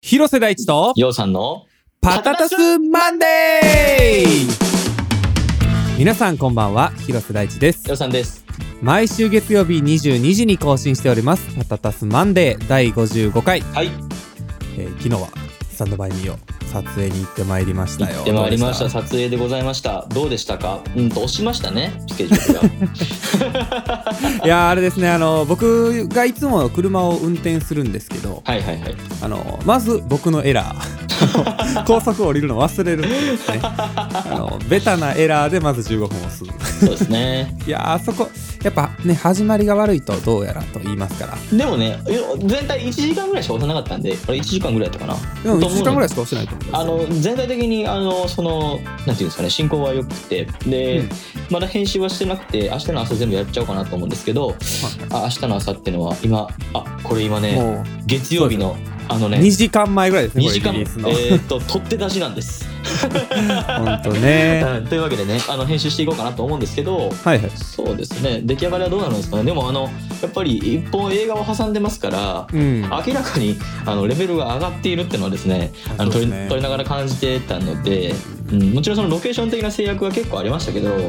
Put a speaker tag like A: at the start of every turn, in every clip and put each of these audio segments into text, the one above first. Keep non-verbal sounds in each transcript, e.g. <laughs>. A: 広瀬大地と
B: ようさんの
A: パタタスマンデー皆さんこんばんは広瀬大地です
B: ようさんです。
A: 毎週月曜日22時に更新しておりますパタタスマンデー第55回、
B: はい、
A: えー昨日はスタンドバイミーを撮影に行ってまいりましたよ
B: 出回りまし
A: ど
B: た。
A: うで
B: 撮影でございました。どうでしたか。うんと押しましたね。スケジュー
A: <laughs>
B: ルが。
A: したいやーあれですねあの僕がいつも車を運転するんですけど
B: はいはいはい。
A: あのまず僕のエラー <laughs> 高速降りるの忘れるっていうですねあのベタなエラーでまず15分押す
B: そうですね。
A: いやーあそこやっぱね始まりが悪いとどうやらと言いますから
B: でもね、いや全体1時間ぐらいしか押さなかったんで、あれ1時間ぐらいだったかな。
A: でも
B: と
A: 1
B: 思うの
A: 時間ぐらいしか押してないと思うんですよ
B: あの全体的にあのそのなんていうんですかね進行は良くてで、
A: うん
B: まだ編集はしてなくて明日の朝全部やっちゃおうかなと思うんですけどあ明日の朝っていうのは今あこれ今ね
A: も
B: 月曜日のあの
A: う
B: ね
A: 2時間前ぐらいですね
B: 2
A: これ
B: 時間
A: リ
B: え
A: リースの
B: ーっと取って出しなんです。
A: 本当ね
B: うんというわけでねあの編集していこうかなと思うんですけ
A: は
B: ど
A: いはい
B: そうですね出来上がりはどうなるんですかねでもあのやっぱり一本映画を挟んでますから
A: うん
B: 明らかにあのレベルが上がっているっていうのはですねあの
A: そう
B: 撮
A: で
B: り
A: すね
B: 撮りながら感じてたので、うん、もちろんそのロケーション的な制約は結構ありましたけど、
A: うん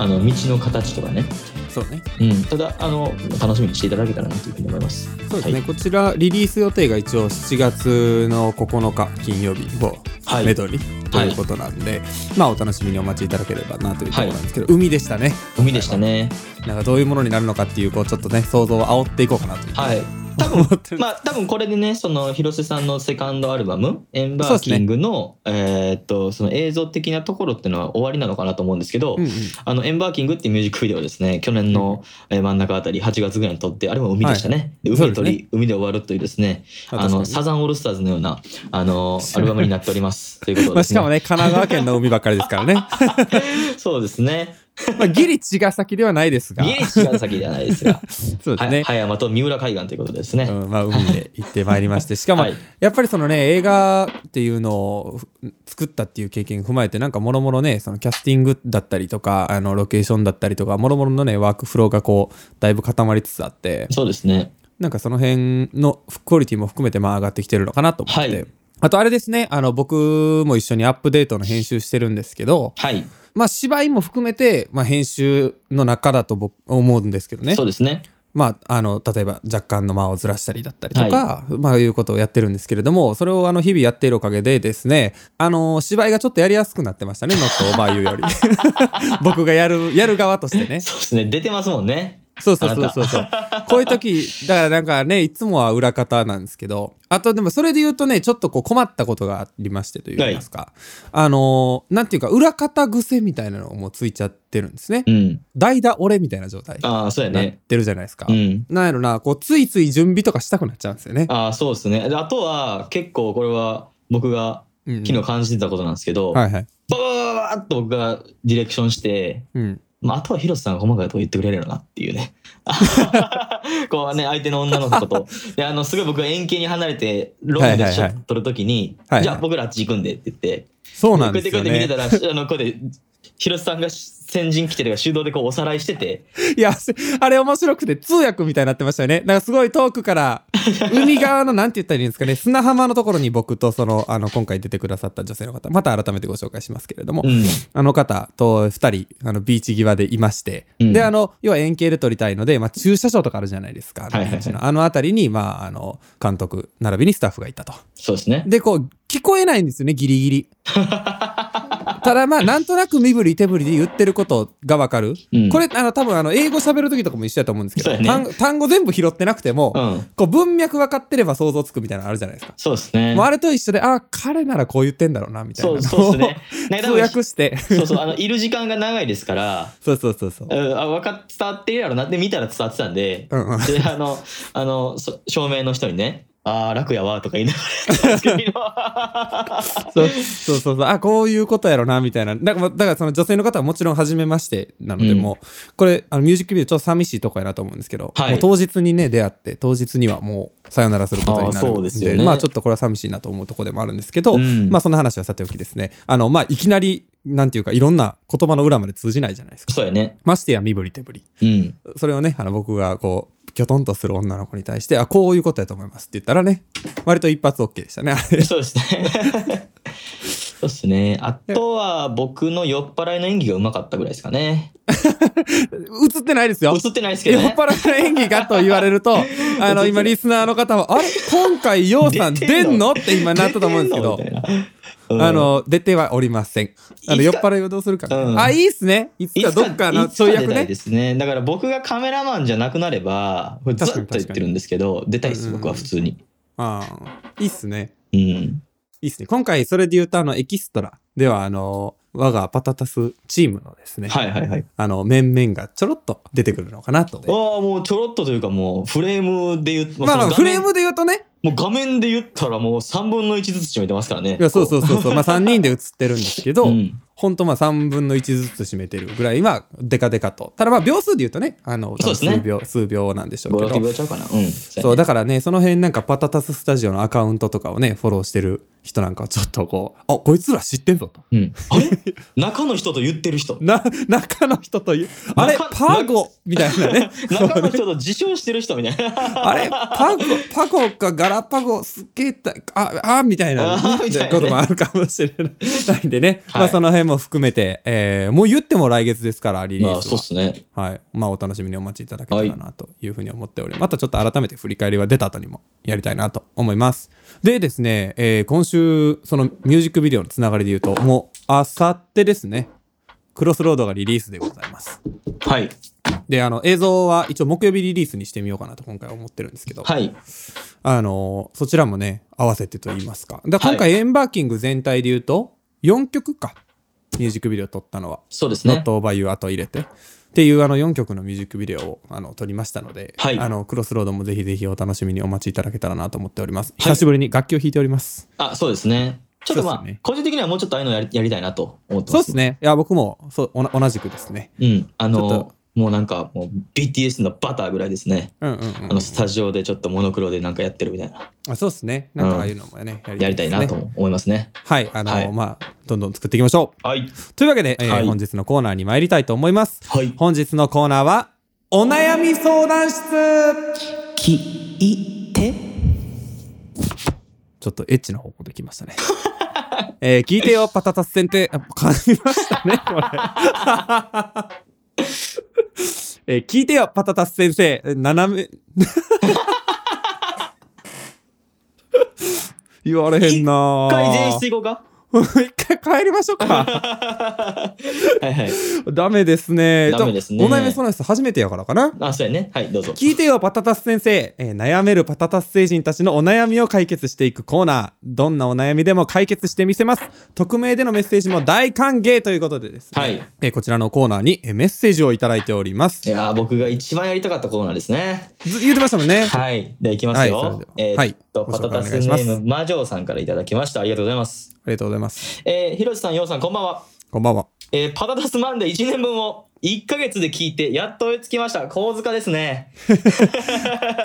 B: あの道の形とかね、
A: そうね
B: うん、ただあの楽しみにしていただけたらなというふうに思います。
A: そうですね、こちらリリース予定が一応7月の9日金曜日を
B: はい
A: メドリと
B: はい
A: いうことなんで、まあお楽しみにお待ちいただければなというところなんですけど、海でしたね
B: 海でしたね。
A: なんかどういうものになるのかっていうこうちょっとね想像を煽っていこうかなという、
B: はい。多
A: 思ってる
B: 分まあ多分これでねその広瀬さんのセカンドアルバム「エンバーキングの」えーっとその映像的なところっていうのは終わりなのかなと思うんですけど、
A: うんうん、
B: あの、エンバーキングっていうミュージックビデオですね、去年のえー真ん中あたり、8月ぐらいに撮って、あれも海でしたね。で
A: そうで
B: 海です撮
A: ね
B: り、海で終わるというですね、あ
A: 確か
B: の、
A: に
B: サザンオールスターズのような、あの、アルバムになっており
A: <laughs>
B: ます。ということ
A: まあ、
B: で
A: し
B: す
A: かも
B: ね。
A: ね神奈川県の海ばっかりですからね
B: そうですね。
A: まあギリ茅ヶ崎ではないですが
B: 家に違う先じゃないで
A: <laughs>
B: すが、
A: そうです
B: は
A: ね、
B: 葉山と三浦海岸ということですね。
A: うんまあ、海で行ってまいり
B: <laughs>
A: ましてしかも、
B: はい
A: やっぱりそのね映画っていうのをふ作ったっていう経験踏まえてなんかもろもろねそのキャスティングだったりとかあのロケーションだったりとかもろもろのねワークフローがこうだいぶ固まりつつあって
B: そうですね。
A: なんかその辺のクオリティも含めてまあ上がってきてるのかなと思って、
B: はい
A: あとあれですねあの僕も一緒にアップデートの編集してるんですけど、
B: はい。
A: まあ、芝居も含めて、まあ、編集の中だと僕思うんですけどね
B: そうですね。
A: まあ、あの例えば若干の間をずらしたりだったりとか、まあ、いうことをやってるんですけれどもそれをあの日々やっているおかげでですねあの芝居がちょっとやりやすくなってましたね「ノットオーバーユ
B: <laughs>
A: ー」より僕がやるやる側としてね
B: そうですね。出てますもんね。
A: そうそうそうそうそうこういう時だからなんかねいつもは裏方なんですけどあとでもそれで言うとねちょっとこう困ったことがありましてと言いますか、あのなんていうか裏方癖みたいなのをもうついちゃってるんですね
B: うん。
A: 代打俺みたいな状態に
B: ああ、そうや
A: なっ
B: ね。
A: てるじゃないですか。
B: うん。
A: なんやろな、こう、ついつい準備とかしたくなっちゃうんですよね。
B: ああ、そうですね。であとは、結構これは僕が
A: うんうん
B: 昨日感じてたことなんですけど、
A: はいはい。
B: バババババッと僕がディレクションして、
A: うん。
B: まあ、あとは広瀬さんが細かいとこ言ってくれるよなってい
A: <laughs>
B: うね。こうね、相手の女の子と。で、あの、すごい僕が円形に離れて、ロング
A: は
B: で
A: い
B: シ
A: はい
B: ョ
A: はい
B: ット撮るときに、
A: はいはい
B: じゃあ僕らあっち行くんでって言って、
A: そうなんです
B: こうや
A: よ
B: ってこうやって
A: ね。
B: 見てたら、あの、こうやって、広瀬さんが先陣来てるから、手動でこうおさらいしてて、
A: いや、せあれ面白くて通訳みたいになってましたよね。なんかすごい遠く
B: <laughs>
A: から、海側のなんて言ったらいいんですかね、砂浜のところに僕とその、あの、今回出てくださった女性の方、また改めてご紹介しますけれども、
B: うん。
A: あの方と二人、あの、ビーチ際でいまして、
B: うん
A: で、あの、要は円形で撮りたいので、まあ、駐車場とかあるじゃないですか、あの
B: はいはいはい
A: 辺りのあの辺りに、まあ、あの、監督、並びにスタッフがいたと。
B: そうですね。
A: で、こう、聞こえないんですよね、ギリギ
B: <laughs>
A: リ。ただまあ、なんとなく身振り手振りで言ってることがわかる。
B: うん
A: これ、あの、多分、あの、英語喋る時とかも一緒だと思うんですけど、
B: そうや
A: 単
B: ね
A: 単語全部拾ってなくても、
B: うん。
A: こう、文脈分かってれば想像つくみたいなのあるじゃないですか。
B: そうですね
A: もう。あれと一緒で、ああ、彼ならこう言ってんだろうな、みたいな
B: そ
A: のを。
B: う、そうです
A: <laughs>
B: ね。なんか
A: 通
B: 多分
A: 訳して。
B: <laughs> そうそう、あの、いる時間が長いです
A: <laughs>
B: から、
A: そうそうそうそう
B: う。ん、あ分かっ伝わってるやろなって見たら伝わってたんで、
A: うんうん
B: であのあのそ照明の人にね「ああ楽やわ」とか言いながらやったんですけど
A: <laughs>
B: 今
A: そうそうそうそうあこういうことやろなみたいなだからだからその女性の方はもちろん初めましてなので、
B: うん
A: もうこれあのミュージックビデオちょっと寂しいとこやなと思うんですけど、
B: はい
A: もう当日にね出会って当日にはもうさよならすることにな
B: あー
A: る
B: そ
A: ん
B: う
A: で
B: ですよね
A: まあちょっとこれは寂しいなと思うとこでもあるんですけど、
B: うん
A: まあその話はさておきですねあのまあいきなりなんていうかいろんな言葉の裏まで通じないじゃないですか
B: そうやね
A: ましてや身振り手振り
B: うん
A: それをねあの僕がこうきょとんとする女の子に対して、あ、こういうことやと思いますって言ったらね、割と一発 OK でしたね、あれ。
B: そうですね。 <laughs> そうですね。あとは僕の酔っ払いの演技がうまかったぐらいですかね。
A: 映ってないですよ。
B: 映ってないですけど、
A: 酔っ
B: ね。
A: 払いの演技がと言われる
B: <laughs>
A: と、あの、今リスナーの方は、あれ今回、ようさん出
B: 出
A: ん
B: ん
A: の
B: の
A: って今なったと思うんですけど
B: <laughs> 出、てんのみたいなうん
A: あの、出てはおりません。あの、
B: いつ
A: 酔っ
B: か
A: 払いをどうするかね。
B: うん
A: あ、いいっすね。いつ
B: い
A: か
B: つ
A: どっかの
B: いつか
A: ちょい役
B: 出たい
A: ね
B: で。すね。だから僕がカメラマンじゃなくなれば、これずっと言ってるんですけど、出たいで
A: う
B: す、
A: ん
B: 僕は普通に。
A: ああ、いいっすね。
B: うん。
A: いいっすね。今回、それで言うと、あの、エキストラでは、あの、我がパタタスチームのですね、
B: はいはいはい。
A: あの、面々がちょろっと出てくるのかなと。
B: ああ、もうちょろっとというかもうフレームで言っ
A: まあまあ、
B: そ
A: フ
B: の画
A: レ
B: 面
A: ームで言うとね、
B: もう画面で言ったらもう3分の1ずつ占めてますからね。
A: いやそうそううそうそう、まあ3人で写ってるんですけど、
B: うん
A: ほんとまあ3分の1ずつ占めてるぐらいはデカデカと。ただまあ秒数で言うとね、あの、
B: そうですね
A: 数秒、数秒なんでしょう
B: 5、
A: け
B: 6
A: ど。
B: 秒ちゃうかな。うん。
A: そう、
B: だ。
A: だからね、その辺なんかパタタススタジオのアカウントとかをね、フォローしてる人なんかはちょっとこう、あ、こいつら知ってんぞと。
B: うん。あれ中の人と言って
A: <laughs>
B: る人。
A: な、中の人という、あれ、
B: 中
A: パゴみたいなね。
B: 中の人と自称してる人みた
A: <laughs>
B: いな。
A: あれ、パゴ、パゴかガラパゴ、すっげえた、あ、あ、みたいな
B: あーみたいなね
A: こともあるかもしれない。ないんでね、
B: はい
A: まあその辺も含めて、えーもう言っても来月ですから、リリ
B: ま
A: ー
B: あ
A: ス
B: そう
A: は
B: っ。すね。
A: はい。まあお楽しみにお待ちいただけたらなというふうに思っております。またちょっと改めて振り返りは出た後にもやりたいなと思います。でですね、えー今週、そのミュージックビデオのつながりで言うと、もうあさってですね、クロスロードがリリースでございます。
B: はい。
A: で、あの、映像は一応木曜日リリースにしてみようかなと今回は思ってるんですけど、
B: はい。
A: あの、そちらもね、合わせてと言いますか。だから今回エンバーキング全体で言うと、4曲か。ミュージックビデオ撮ったのは。
B: そうです
A: ノ
B: ね
A: ッ。トバイユー後入れて。っていうあの4曲のミュージックビデオをあの撮りましたので、
B: はい
A: あのクロスロードもぜひぜひお楽しみにお待ちいただけたらなと思っております。久しぶりに楽器を弾いております。
B: あ、そうですね。ちょっとま
A: そう
B: あ、
A: っすね
B: 個人的にはもうちょっとああいうのやりやりたいなと思って
A: そう
B: ま。
A: ですすね。いや、僕もそうおな同じくですね。
B: うん。
A: ち
B: あ
A: ょっ
B: の
A: と、
B: もうなんかもう BTS のバターぐらいですね。
A: うんうんうん。
B: あのスタジオでちょっとモノクロでなんかやってるみたいな。
A: あそうですね。なんかああいうのもね、
B: やりたいな
A: です
B: と
A: ね
B: 思いますね。
A: はい。あの、
B: はい
A: まあ、どんどん作っていきましょ
B: はい。
A: う。というわけで、えー
B: はい
A: 本日のコーナーに参りたいと思います。
B: はい。
A: 本日のコーナーは、お悩み相談室
B: 聞いて。
A: ちょっとエッチな方向できましたね。 <laughs> えー聞いてよ、パタタス先手。あ噛みましたね、これ。 <laughs> えー聞いてよ、パタタス先生。え斜め。 <laughs> 言われへんなぁ
B: 一回全員していこうか。
A: <laughs> 一回帰りましょう
B: <laughs>
A: か。
B: はい
A: <laughs>
B: はい。
A: ダメですね。
B: ダメですね
A: お悩み相談室初めてやからかな。
B: あ、そうやね。はい、どうぞ。
A: 聞いてよパタタス先生、えー悩めるパタタス星人たちのお悩みを解決していくコーナーどんなお悩みでも解決してみせます匿名でのメッセージも大歓迎ということでですね、
B: はい
A: えーこちらのコーナーにえーメッセージをいただいております
B: いやー僕が一番やりたかったコーナーですね。
A: ず言ってましたもんね
B: はい。では、いきますよ。
A: はいそれで
B: え
A: は
B: ーっと、
A: はい
B: パタタス
A: ご紹介お願いし
B: ネ
A: ます
B: ーム、魔女さんからいただきました。ありがとうございます。
A: ありがとうございます
B: えー、ひろしさん、ようさん、こんばんは。
A: こんばんは
B: えー、パタタスマンデー1年分を1ヶ月で聞いて、やっと追いつきました。小塚ですね。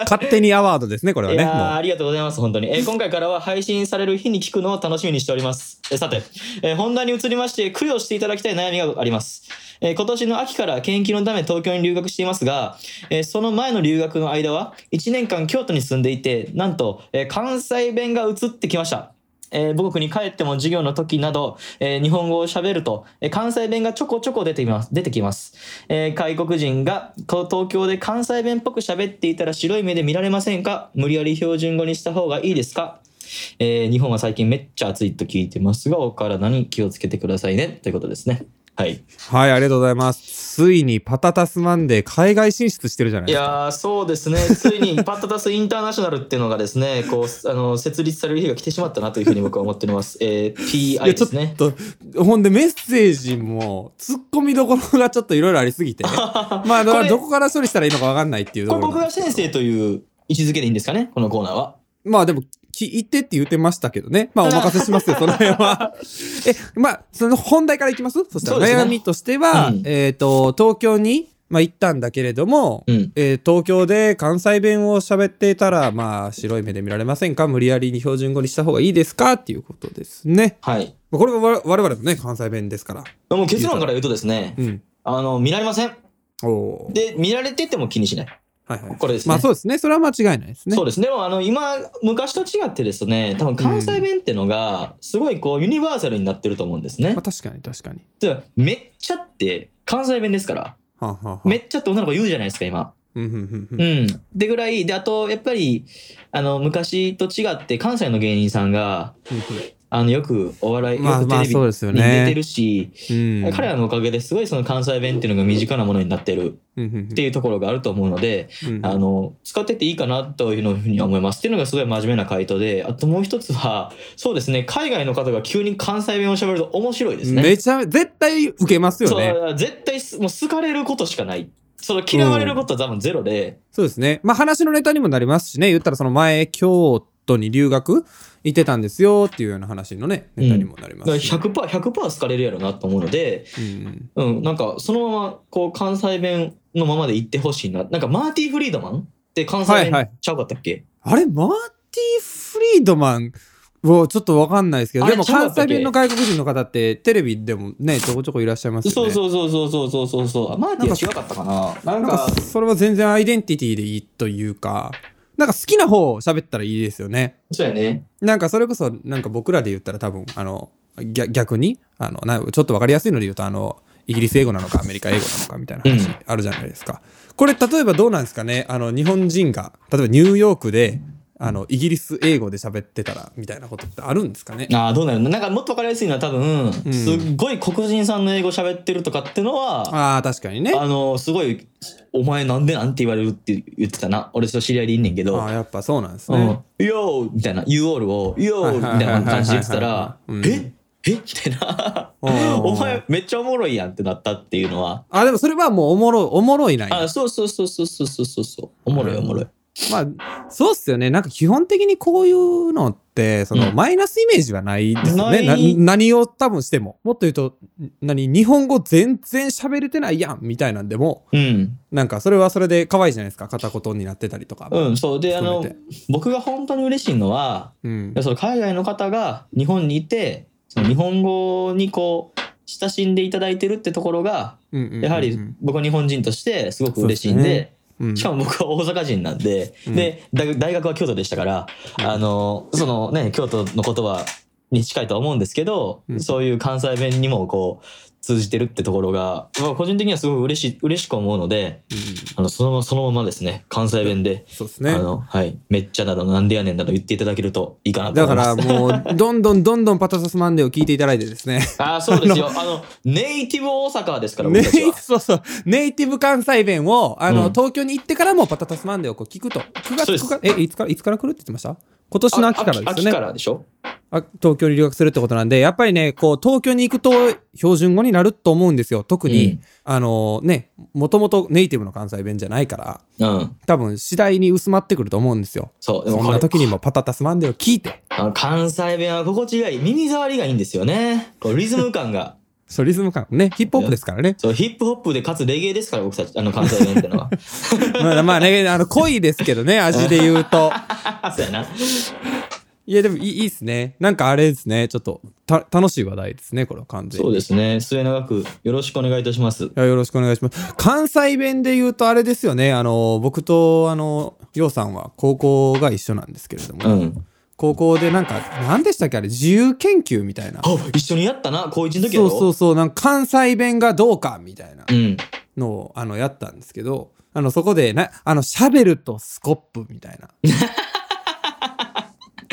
A: 勝手にアワードですねこれはいね
B: やー
A: も
B: ありがとうございます、本当に、えー今回からは配信される日に聞くのを楽しみにしております。えーさて、えー本題に移りまして、供養していただきたい悩みがあります。えー今年の秋から研究のため東京に留学していますが、えーその前の留学の間は、1年間京都に住んでいて、なんと、えー関西弁が移ってきました。えー母国に帰っても授業の時など、えー日本語を喋ると、えー関西弁がちょこちょこ出てきます。出てきますえー外国人がこう東京で関西弁っぽく喋っていたら白い目で見られませんか無理やり標準語にした方がいいですか、えー日本は最近めっちゃ暑いと聞いてますが、お体に気をつけてくださいね。ということですね。はい。
A: はいありがとうございますついにパタタスマンデー海外進出してるじゃない
B: い
A: ですか
B: やー、そうですね。つ
A: <laughs>
B: いにパッタタスインターナショナルっていうのがですね、こう、あの、設立される日が来てしまったなというふうに僕は思っております。えー PI
A: や
B: で
A: ちょっ
B: すね。
A: とほんでメッセージもツッコミどころがちょっといろいろありすぎ
B: <laughs>
A: てまあだからどこから処理したらいいのかわかんないっていうと
B: これ
A: ころ
B: 僕
A: なん
B: が
A: ですけど
B: 先生という位置づけでいいんですかねこのコーナーは。
A: まあでも、聞いてって言ってましたけどね。まあお任せしますよ、その辺
B: <laughs>
A: は。え、まあ、その本題からいきますそした
B: そうです
A: ら
B: ね
A: 悩みとしては、
B: うん
A: えっ、と、東京に、まあ行ったんだけれども、
B: うん。
A: えー東京で関西弁を喋っていたら、まあ、白い目で見られませんか無理やりに標準語にした方がいいですかっていうことですね。
B: はい。
A: まあこれは我我々もね、関西弁ですから。
B: もう結論から言うとですね
A: う、ん。
B: あの、見られません。
A: おー
B: で、見られてても気にしない。
A: はいはい。
B: これですね
A: まあそうですね。それは間違いないですね。
B: そうですね。でも、あの、今、昔と違ってですね、多分関西弁ってのが、すごいこう、ユニバーサルになってると思うんですね
A: まあ。確かに確かに。
B: でめっちゃって、関西弁ですから、
A: はあ、はあはあ、
B: めっちゃって女の子言うじゃないですか、今。
A: うんうんうんうん
B: うん。でぐらい、で、あと、やっぱり、あの、昔と違って、関西の芸人さんが、あの、よくお笑い、よ
A: まあ
B: くテ
A: まあ
B: レビ
A: そうですよ
B: に
A: ね
B: 出てるし、
A: うん
B: 彼らのおかげですごいその関西弁っていうのが身近なものになってる
A: うんうんうん
B: っていうところがあると思うので、
A: うん
B: あの使ってっていいかなというふうには思いますっていうのがすごい真面目な回答であともう一つはそうですね海外の方が急に関西弁を喋ると面白いですね。
A: めちゃ絶対受けますよね。
B: そう絶対すもう好かれることしかないその嫌われることは多分ゼロで、
A: そうですね。まあ話のネタにもなりますしね。言ったらその前、京都に留学行ってたんですよっていうような話のね、ネタにもなりま
B: だから
A: すし、
B: 100%, 100%好かれるやろなと思うので、
A: うん
B: うん、なんかそのままこう関西弁のままで言ってほしいななんかマーティ・フリードマンって関西
A: はいは
B: 弁
A: い
B: ちゃうかったっけ、
A: あれ、マーティ・フリードマンをちょっとわかんないですけど、
B: あれ
A: でも
B: そうだ
A: 関
B: ったっけ
A: 西弁の外国人の方ってテレビでもね、ちょこちょこいらっしゃいますよね。
B: そうそうそうそうそうそうそうそうあマーティは違かったかななん
A: なん
B: か
A: かそれは全然アイデンティティでいいというか、なんか好きな方を喋ったらいいですよね。
B: そうやね
A: なんかそれこそ、なんか僕らで言ったら多分、あの、逆逆に、あの、なちょっとわかりやすいので言うと、あの、イギリス英語な
B: <laughs>
A: のかアメリカ英語なのかみたいな話
B: うん
A: あるじゃないですか。これ例えばどうなんですかねあの、日本人が、例えばニューヨークで、あの、イギリス英語で喋ってたらみたいなことってあるんですかね
B: ああどうなるのなんかもっとわかりやすいのは多分、
A: ん
B: すっごい黒人さんの英語喋ってるとかってのはあ
A: ああ、確かにね。あ
B: のすごい「お前なんでなん?」て言われるって言ってたな俺と知り合いでいんねんけ
A: あ
B: ど
A: ー、やっぱそうなんです
B: うん
A: ね。
B: 「よー」みたいな「You all」を「よー」みたいな感じで言ってたら「
A: はいはいはいはいはい
B: ええみたいな
A: おー
B: お前めっちゃおもろいやんってなったっていうのは
A: あ、でもそれはもうおもろい、おもろいない。
B: あそうそうそうそうそうそうそうそうおもろいおもろい
A: まあ、そうっすよね。なんか基本的にこういうのって、その、
B: うん
A: マイナスイメージはないですよね。
B: ない
A: な何を多分しても。もっと言うと、ん何、日本語全然喋れてないやんみたいなんでも、
B: うん
A: なんかそれはそれで可愛いじゃないですか。片言になってたりとか。
B: うん、そうであ
A: 含
B: の
A: めて
B: 僕が本当に嬉しいのは
A: うん。
B: その海外の方が日本にいてその日本語にこう親しんでいただいてるってところが
A: うんうん
B: やはり僕は日本人としてすごく嬉しいん
A: そうですう
B: で。
A: ん
B: しかも僕は大阪人なんで、
A: うん
B: で大大学は京都でしたから、
A: うん
B: あのそのね京都の言葉に近いとは思うんですけど、
A: うん
B: そういう関西弁にもこう通じてるってところが、まあ個人的にはすごく嬉しい嬉しく思うので
A: うん
B: あのそのままそのままですね関西弁で
A: そうですね
B: あ。の、はい。めっちゃなど、なんでやねんなど言っていただけるといいかなと
A: だ
B: 思
A: か
B: います。
A: らもう、どんどんどんどんパタサスマンデーを聞いていただいてですね。
B: <laughs> ああ、そうですよ。あの、ネイティブ大阪ですから、
A: ネ
B: 僕
A: イ <laughs>
B: たちは。
A: そうそうネイティブ関西弁をあの、
B: うん
A: 東京に行ってからもパタタスマンデーをこう聞くと9月
B: そうです
A: 9月えいつからいつから来るって言ってました今年の秋から
B: あ
A: です
B: 秋
A: よ
B: か
A: ね
B: らでしょ
A: あ東京に留学するってことなんでやっぱりねこう東京に行くと標準語になると思うんですよ特に、
B: うん
A: あのねもともとネイティブの関西弁じゃないから
B: うん。
A: 多分次第に薄まってくると思うんですよ
B: そう。でも
A: そんな時にもパタタスマンデーを聞いて
B: あの関西弁は心地がいい。耳障りがいいんですよね。こうリズム感が。 <laughs>
A: そうリズム感ねヒップホップですからね
B: そう、ヒップホップでかつレゲエですから、僕たち、あの、関西弁っ
A: <laughs>
B: てのは。
A: まあまあねあの濃いですけどね味で言うと。
B: そうやな。
A: いや、でもいいいいっすね。なんかあれですね。ちょっと、た、楽しい話題ですね、これは完全に。
B: そう
A: い
B: ですね。末永くよろしくお願いいたします。
A: や、よろしくお願いします。関西弁で言うとあれですよね。あの、僕と、あの、ようさんは高校が一緒なんですけれども、
B: うん。
A: 高校でなんか、何でしたっけあれ、自由研究みたいな。
B: あ、一緒にやったな、高一の時
A: そ
B: やろ
A: うそうそう、なんか関西弁がどうかみたいな
B: うん。
A: のを、あの、やったんですけど、あの、そこで、な、あの、シャベルとスコップみた
B: <laughs>
A: いな。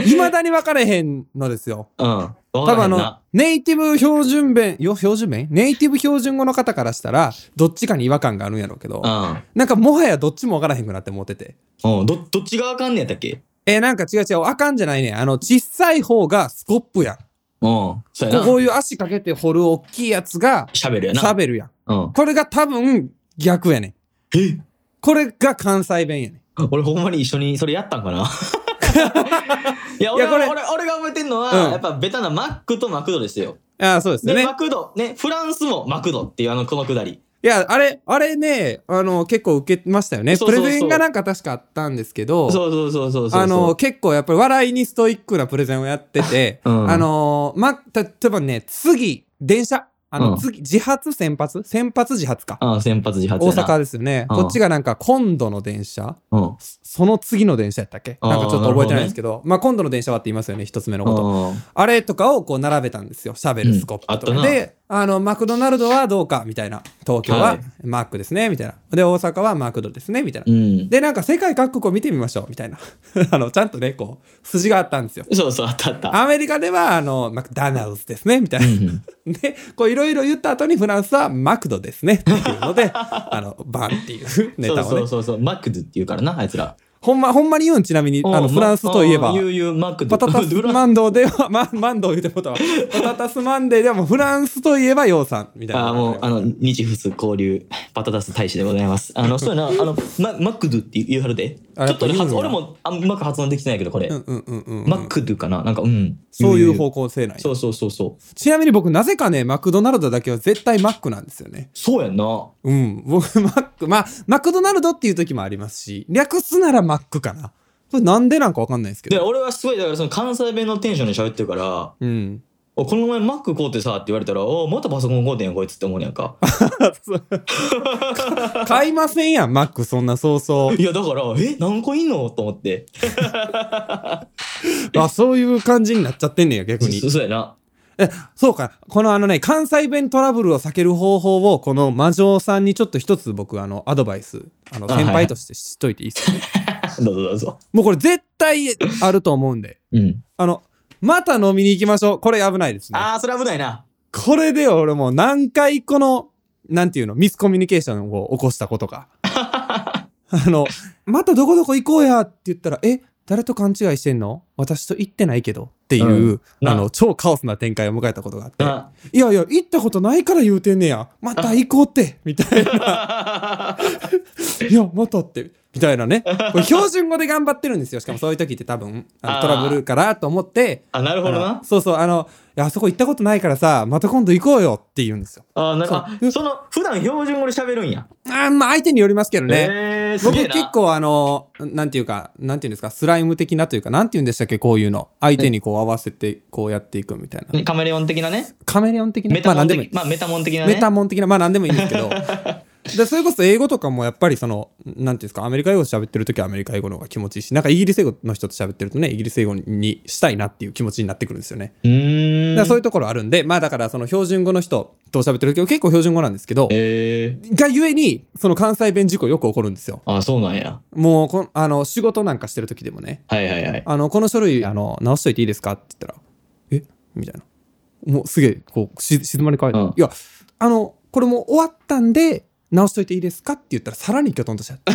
A: いまだに分かれへんのですよ。
B: うん。わ
A: 多
B: から
A: 分あ
B: へん
A: の
B: な。、
A: ネイティブ標準弁、よ、標準弁ネイティブ標準語の方からしたら、どっちかに違和感があるんやろうけど、なんかもはやどっちもわからへんくなって思ってて。
B: うん。うん。ど、どっちがあかんねやったっけ
A: えーなんか違う違う、あかんじゃないね。あの、小さい方がスコップやん。
B: うん。そうやな。
A: こういう足かけて掘る大きいやつが、
B: 喋るや
A: シ
B: な。
A: ャベルやん。
B: うん。
A: これが多分、逆やねん。
B: え
A: これが関西弁やねん。
B: 俺ほんまに一緒にそれやったんかな <laughs> いや、俺
A: いやこれ
B: 俺俺が覚えてんのは、
A: うん
B: やっぱベタなマックとマクドですよ。
A: ああ、そうです
B: で、
A: よね
B: マ。クド、ね、フランスもマクドっていうあの、このくだり。
A: いや、あれ、あれね、あの、結構受けましたよね。
B: そ
A: プ
B: うそうそ
A: レ
B: う
A: ゼンがなんか確かあったんですけど、
B: そうそうそうそうそうそう。
A: あの、結構やっぱり笑いに
B: <laughs>、
A: ストイックなプレゼンをやってて
B: うん
A: あの、ま、例えばね、次、電車、あの、
B: うん
A: 次、自発先発先発自発か。
B: うん、先発自発
A: 大
B: やな。
A: 阪ですよね。
B: うん
A: こっちがなんか今度の電車
B: うん。
A: その次の電車やったっけ
B: あー
A: なんかちょっと覚えてないんですけど、まあ今度の電車はって言いますよね、一つ目のこと。
B: うん
A: あれとかをこう並べたんですよ。シャベル、スコップ
B: うんあ
A: と
B: っ
A: か
B: たな
A: で、あの、マクドナルドはどうかみたいな。東京は
B: はい
A: マックですね、みたいな。で、大阪はマクドですね、みたいな。
B: うん。
A: で、なんか世界各国を見てみましょう、みたいな。 <laughs> あの、ちゃんとね、こう、筋があったんですよ。
B: そうそう、あったあった。
A: アメリカでは、あの、マクダナルズですね、みたいな
B: う。ん
A: で、こういろいろ言った後にフランスはマクドですねっていうの
B: <laughs>
A: で、あの、バンっていうネタを
B: そ
A: ね。
B: うそうそうそう、マックズって言うからな、あいつら。
A: ほんま、ほんまに言うんちなみに、あの、
B: うん
A: フランスといえば
B: うん、言う言う、マックズ。
A: パタ
B: <laughs>
A: タス
B: フラン
A: マンドでは、 <laughs> ま、マンドを言うてもうたわ。パタタスマンデーではもうフランスといえばヨウさんみたいな。
B: あーもう、あの、日仏交流、 <laughs> パタタス大使でございます。あの、そうやな、あの、ママックドって言うはるで。ち
A: あ
B: ょ
A: やっ
B: っ
A: ぱ
B: と
A: 言
B: ね、
A: うんや
B: 発俺もあんうまく発音できてないけど、これ
A: う。んうんうんうん。
B: マックドかななんか、うん。
A: そういう
B: 言
A: 方向性なんや
B: そうそうそうそう。
A: ちなみに僕、なぜかね、マクドナルドだけは絶対マックなんですよね。
B: そうやんな。
A: うん。僕、マ <laughs> ック、まあ、マクドナルドっていう時もありますし、略すならマックかな。これなんでなんかわかんないですけ
B: で、
A: ど。
B: 俺はすごい、だからその関西弁のテンションで喋ってるから、
A: うん。
B: おこの前マック買うてさって言われたら、おまたパソコン買うてんやん、こいつって思うねやん
A: <laughs>
B: か。
A: 買いませんやん、マック、そんなそう
B: <laughs>
A: そう。
B: いや、だから、え、何個いんのと思って。
A: あ、そういう感じになっちゃってんねや、逆に
B: そ。そうやな。
A: え、そうか。このあのね、関西弁トラブルを避ける方法を、この魔女さんにちょっと一つ僕、あの、アドバイス、あの、
B: あはい
A: 先輩としてしといていいですか、
B: どうぞどうぞ。
A: もうこれ絶対あると思うんで。
B: うん。
A: あの、また飲みに行きましょう。これ危ないですね。
B: ああ、それ危ないな。
A: これで俺もう何回この、なんていうの、ミスコミュニケーションを起こしたこと
B: <laughs>
A: か。あの、またどこどこ行こうやって言ったら、え、誰と勘違いしてんの私と行ってないけどっていう、
B: うんな
A: あの、超カオスな展開を迎えたことがあって。
B: ない
A: やいや、行ったことないから言うてんねや。また行こうって、みた
B: <laughs>
A: いな。いや、またって、みたいな
B: <laughs>
A: ね。これ標準語で頑張ってるんですよ。しかもそういう時って多分、あの
B: あー
A: トラブルかなと思って。
B: <laughs> あ、なるほど
A: あ
B: な
A: の。そうそう、あの、いや、あそこ行ったことないからさ、また今度行こうよって言うんですよ。
B: あーなる
A: そう
B: あその、普段標準語で喋るんや。
A: あーまあ相手によりますけどね。
B: えー、す
A: 僕
B: げえな。
A: 結構あの、なんていうか、なんていうんですか、スライム的なというか、なんて言うんでしたっけ、こういうの。相手にこう合わせて、こうやっていくみたいな。
B: カメレオン的なね。
A: カメレオン的な。
B: メタ
A: まあ何
B: モン
A: でもいい
B: 的、まあ、メタモン的なね。
A: メタモン的な、まあ何でもいいんですけ
B: <laughs>
A: ど。でそれこそ英語とかもやっぱりその、なんていうんですか、アメリカ英語喋ってる時はアメリカ英語の方が気持ちいいし、なんかイギリス英語の人と喋ってるとね、イギリス英語にしたいなっていう気持ちになってくるんですよね。
B: う
A: だ
B: ーん。
A: からそういうところあるんで、まあだからその標準語の人と喋ってる時は結構標準語なんですけど、
B: えー、
A: がゆえに、その関西弁事故よく起こるんですよ。
B: あ、そうなんや。
A: もうこん、あの、仕事なんかしてる時でもね、
B: はいはいはい。
A: あの、この書類、あの、直しといていいですかって言ったら、えみたいな。もうすげえ、こう、し静まり返る、
B: うん
A: いや、あの、これもう終わったんで、直しといていいですかって言ったら、さらにきょとんとしちゃって。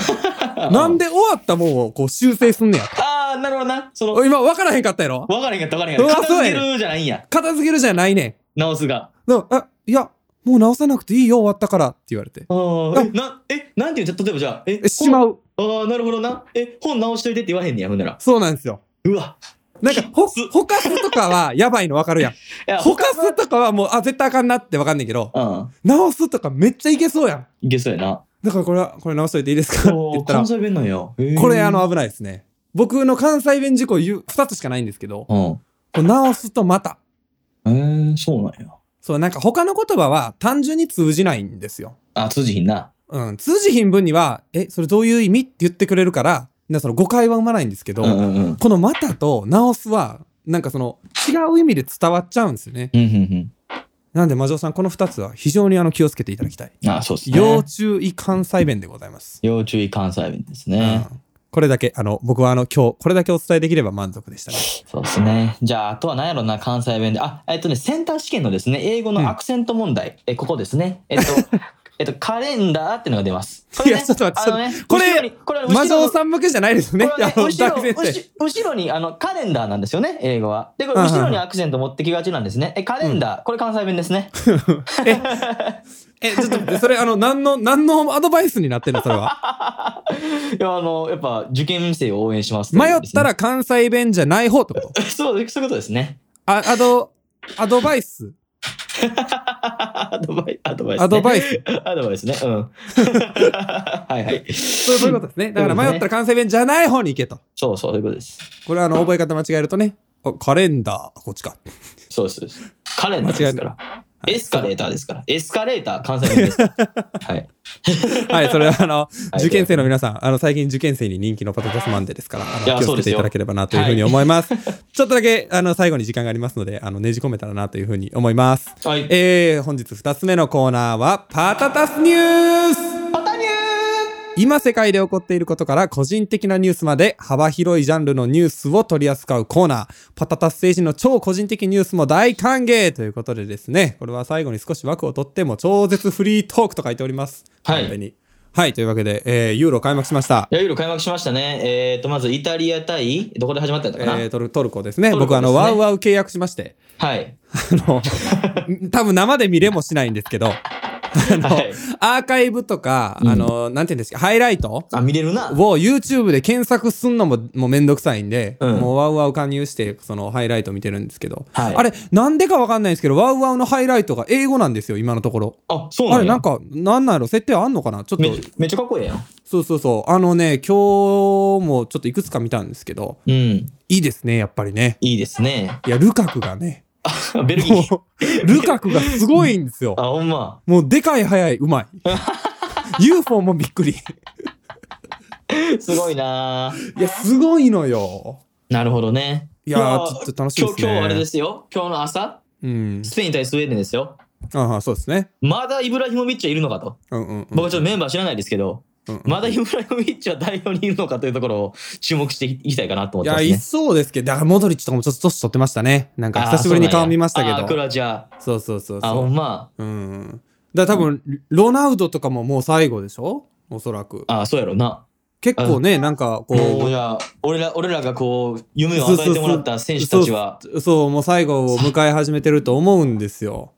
A: <laughs> なんで終わったもんを、こう、修正すんねや。
B: ああ、なるほどな。その、
A: お今、分からへんかったやろ
B: 分からへんかった分からへんかった。
A: うわそう
B: 片
A: やね
B: 付けるじゃないんや。
A: 片付けるじゃないね
B: 直すが。
A: ん。だからえ、いや、もう直さなくていいよ、終わったからって言われて。
B: あーえ、な、え、なんて言うじゃ、例えばじゃあ、え、
A: えしまう。
B: 本。ああ、なるほどな。え、本直しといてって言わへんねや、ほんなら。
A: そうなんですよ。
B: うわ。
A: なんか、ほ、ほかすとかは、やばいの分かるやん。
B: いや、
A: ほかすとかはもう、あ、絶対あかんなって分かんねんけど、
B: うん。
A: 直すとかめっちゃいけそうやん。
B: いけそうやな。
A: だからこれは、これ直しといていいですかって言ったら
B: 関、西弁なんや。へー
A: これあ、の危ないですね。僕の関西弁事故言う2つしかないんですけど、こう直すとまた。
B: うん。えー、そうなんや。
A: そう、なんか他の言葉は単純に通じないんですよ。
B: あ、通じひんな。
A: うん、通じひん分には、え、それどういう意味って言ってくれるから、なその誤解は生まないんですけど、
B: うんうんうん。
A: このまたと直すは、なんかその違う意味で伝わっちゃうんですよね。
B: うんうん
A: なんで魔女さん、この2つは非常にあの気をつけていただきたい。
B: うん。あ、そうっすね。
A: 要注意関西弁でございます。
B: 要注意関西弁ですね。
A: うんこれだけ、あの、僕はあの、今日、これだけお伝えできれば満足でしたね。
B: そうですね。じゃあ、あとは何やろな、関西弁で。あ、えっとね、センター試験のですね、英語のアクセント問題。え、ここですね。えっ
A: <laughs>
B: と、えっと、カレンダーっていうのが出ます。これね
A: いやちょっと待って
B: あのね、
A: これ
B: 後ろにこれ後ろ
A: 魔女さん向けじゃないですね。
B: これはね
A: あの
B: 後ろ
A: 大先生
B: 後後ろにあのカレンダーなんですよね、英語は。で、これ後ろにアクセント持ってきがちなんですね。え、カレンダー、これ関西弁で
A: <laughs>
B: すね。
A: え、ちょっと待って、それ、あの、何の、何のアドバイスになってんの、それ
B: <laughs>
A: は。
B: いや、あの、やっぱ受験生を応援します、
A: 迷った。ら関西弁じゃない方ってこと。
B: <laughs> そう、そういうことですね。 <laughs>
A: あ、アド、アドバイス。
B: アドバイアドバイス、ね。
A: <laughs> アドバイス。
B: アドバイスね。うん。 <laughs> はいはい。
A: そうそういうことですね。だから
B: そうですね
A: 迷ったら関西弁じゃない方に行けと。
B: そうそう、そういうことです。
A: これ、あの、覚え方間違えるとね、おカレンダー、こっちか。
B: そうですそうです。カレンダーですから。エスカレーターですから。エスカレーター、関西
A: <laughs>
B: 弁です。はい。
A: はい、それはあの、
B: い
A: 受験生の皆さん、あの、最近受験生に人気のパタタスマンデーですから、あ
B: い
A: の
B: や
A: 気をつけていただければなというふうに思います。ちょっとだけ、あの、最後に時間がありますので、あの、ねじ込めたらなというふうに思います。
B: はい
A: えー、本日2つ目のコーナーは、パタタスニュース
B: パタニュー
A: 今世界で起こっていることから個人的なニュースまで幅広いジャンルのニュースを取り扱うコーナー。パタタス星人の超個人的ニュースも大歓迎ということでですね、これは最後に少し枠を取っても超絶フリートークと書いております。
B: はい
A: 完全に。はい、というわけで、えー、ユーロ開幕しました。
B: いろいろ開幕しましたね。えっ、と、まずイタリア対、どこで始まったの
A: え
B: かな、
A: ー、トルトルコですね。
B: トルコ
A: 僕、あの、
B: ですね
A: ワウワウ契約しまして、
B: はい。
A: あの、多分生で見れもしないんですけど、あの、
B: はい
A: アーカイブとか、あの、なんて言うんですか、ハイライト
B: あ、見れるな。
A: を YouTube で検索すんのももうめんどくさいんで、
B: うん
A: もうワウワウ加入してそのハイライト見てるんですけど、
B: はい
A: あれなんでかわかんないんですけどワウワウのハイライトが英語なんですよ今のところ。
B: あ、そうな
A: あ
B: ん
A: れ
B: や
A: なんかなんなんやろ設定あんのかなちょっと
B: めめっちゃかっこええやん。
A: そうそうそうあのね今日もちょっといくつか見たんですけど
B: うん。
A: いいですねやっぱりね
B: いいで
A: <laughs>
B: すね。
A: いやルカクがね
B: あベルギー。
A: もう <laughs> ルカクがすごいんですよ
B: あ、ほんま。
A: もうでかい速いうまい
B: <laughs>
A: UFO もびっくり
B: すごいない
A: やすごいのよ
B: なるほどね。
A: いやーちょっと楽しみですね
B: 今日、今日あれですよ。今日の朝、
A: うん
B: スペイン対スウェーデンですよ。
A: ああそうですね
B: まだイブラヒモビッチはいるのかと。
A: うんうん、うん
B: 僕はちょっとメンバー知らないですけど、
A: うんうん
B: まだイブラヒモビッチは代表にいるのかというところを注目していきたいかなと思
A: い
B: ってま
A: や、
B: す、ね。
A: いそうですけど、だからモドリッチとかもちょっと年取ってましたね。なんか久しぶりに顔見ましたけ
B: あーそうなんやあーク
A: ど。
B: ロアチア。
A: そうそうそう
B: あ、ほ
A: そ
B: んま。
A: う。うん。だから多分、ロナウドとかももう最後でしょおそらく。
B: あーそうやろな。
A: 結構ね、なんかこ。
B: もう、いうや、俺ら、俺らがこう、夢を与えてもらった選手たちは、
A: そうそう、もう最後を迎え始めてると思うんですよ。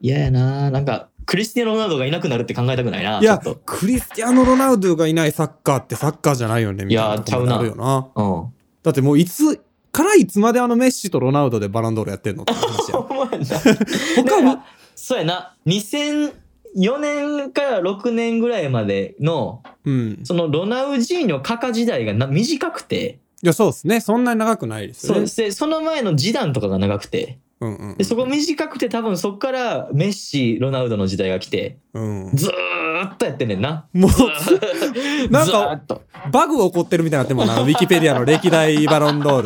B: 嫌やななんか、クリスティアーノ・ロナウドがいなくなるって考えたくないな、
A: い
B: ちょ
A: や
B: っと。、
A: クリスティアーノ・ロナウドがいないサッカーってサッカーじゃないよね、みたいなとこもるよな。
B: うん。
A: だってもういつ、からいつまであのメッシとロナウドでバランドールやってんのって話や。
B: <laughs> ほんまや
A: <laughs>
B: な。
A: 他
B: だか
A: は
B: ら、そうやな。2004年から6年ぐらいまでの、
A: うん。
B: そのロナウジーニョ・カカ時代がな短くて、
A: いや、そうですね。そんなに長くないです
B: そ
A: よ
B: う
A: ね。
B: でその前のジダンとかが長くて、
A: うんうん
B: でそこ短くて多分そこからメッシ、ロナウドの時代が来て、
A: うん。うん。
B: ずーっとやってんね
A: <laughs>
B: んな。
A: もう、なんか
B: ずーっと。
A: バグ起こってるみたいになってもんな、ウィキペディアの歴代バロンドー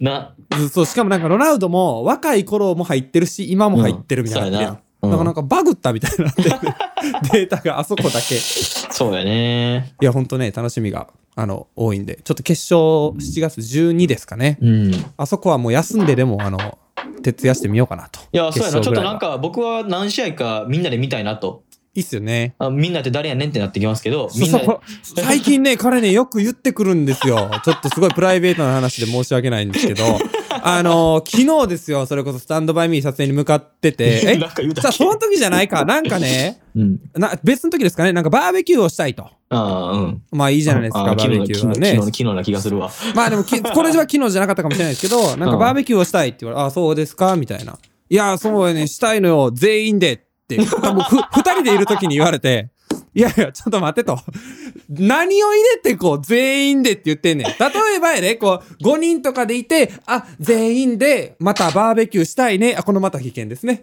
B: な。
A: ル。 <laughs> そう、しかもなんかロナウドも若い頃も入ってるし、今も入ってるみたいになってるやん。
B: うんそうやなうん
A: だからなんかバグったみたいになってる <laughs> データがあそこだけ。い
B: そうやね。
A: や、ほんとね、楽しみが、あの、多いんで。ちょっと決勝7月12ですかね。
B: うん。い
A: あそこはもう休んででも、あの、徹夜してみようかなと。
B: や、そうやな。ち
A: 決
B: ょ
A: 勝ぐ
B: っと
A: らいは
B: なんか僕は何試合かみんなで見たいなと。
A: いいっすよね。
B: あみんなって誰やねんってなってきますけど、みん
A: そ
B: な
A: うそうこ
B: <laughs>
A: 最近ね、彼ね、よく言ってくるんですよ。ちょっとすごいプライベートな話で申し訳ないんですけ
B: <laughs>
A: ど、あの昨日ですよ、それこそスタンドバイミー撮影に向かってて、 <laughs> え、
B: <laughs> なんか言う
A: さ
B: だ
A: あ、
B: け
A: そ。の時じゃないか、なんかね、
B: うん。
A: な別の時ですかね、なんかバーベキューをしたいと。
B: ああ、うん。
A: まあいいじゃないですか、
B: あ
A: バ
B: ー
A: ー
B: 昨日
A: ベ
B: の
A: キュ
B: 昨
A: ー
B: 日の
A: は
B: 昨日の
A: ね。
B: 昨日な気がするわ。
A: <laughs> まあでも、きこれは昨日じゃなかったかもしれないですけど、なんか
B: うん
A: バーベキューをしたいって言われあ、そうですかみたいな。いや、そうやね、したいのよ、全員でって、多分ふ <laughs> 二人でいる時に言われて、いやいや、ちょっと待ってと。何を入れてこう、全員でって言ってんねん。例えばやね、こう、5人とかでいて、あ、全員で、またバーベキューしたいね。あ、このまた危険ですね。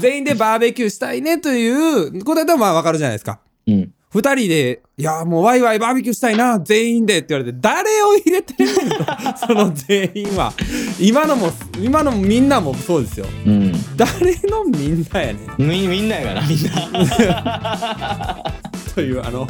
A: 全員でバーベキューしたいねという、これだとまあわかるじゃないですか。
B: うん。
A: 二人で、いや、もうワイワイバーベキューしたいな、全員でって言われて、誰を入れてんねんと、その全員は。今のも、今のみんなもそうですよ。
B: うん。
A: 誰のみんなやねん。
B: み、みんなやがな、みん
A: <laughs>
B: な。
A: というあの、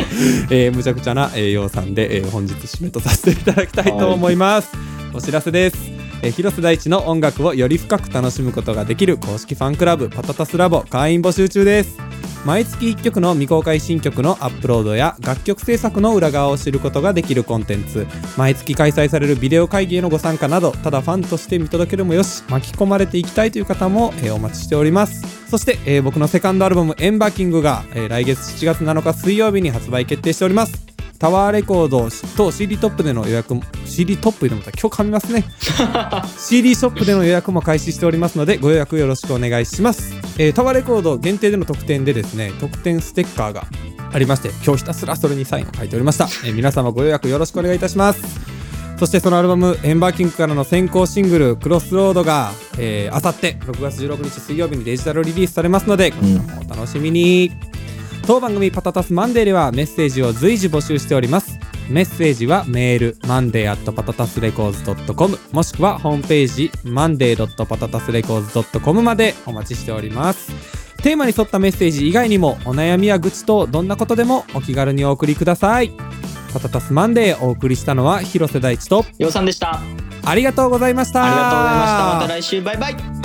A: えーむちゃくちゃな栄養さんで、えー本日締めとさせていただきたいと思います、お知らせですえー広瀬大地の音楽をより深く楽しむことができる公式ファンクラブパタタスラボ会員募集中です毎月1曲の未公開新曲のアップロードや楽曲制作の裏側を知ることができるコンテンツ毎月開催されるビデオ会議へのご参加などただファンとして見届けるもよし巻き込まれていきたいという方も、えーお待ちしておりますそして、えー僕のセカンドアルバム「エンバキングが」えー来月7月7日水曜日に発売決定しておりますタワーレコードと CD トップでの予約も CD トップでもた今日噛みますね CD ショップでの予約も開始しておりますのでご予約よろしくお願いします、えータワーレコード限定での特典でですね特典ステッカーがありまして今日ひたすらそれにサインを書いておりました、えー皆様ご予約よろしくお願いいたしますとそしてそのアルバム、エンバーキングからの先行シングル、クロスロードが、えー、あさって6月16日水曜日にデジタルリリースされますので、こちらもお楽しみに。当番組パタタスマンデーではメッセージを随時募集しております。メッセージはメール、monday.patatasrecords.com もしくはホームページ、monday.patatasrecords.com までお待ちしております。テーマに沿ったメッセージ以外にも、お悩みや愚痴とどんなことでもお気軽にお送りください。パタタスマンデーお送りしたのは広瀬大地と
B: ようさんでした。あり
A: ありがとうございました。
B: がとうございました。また来週、バイバイ。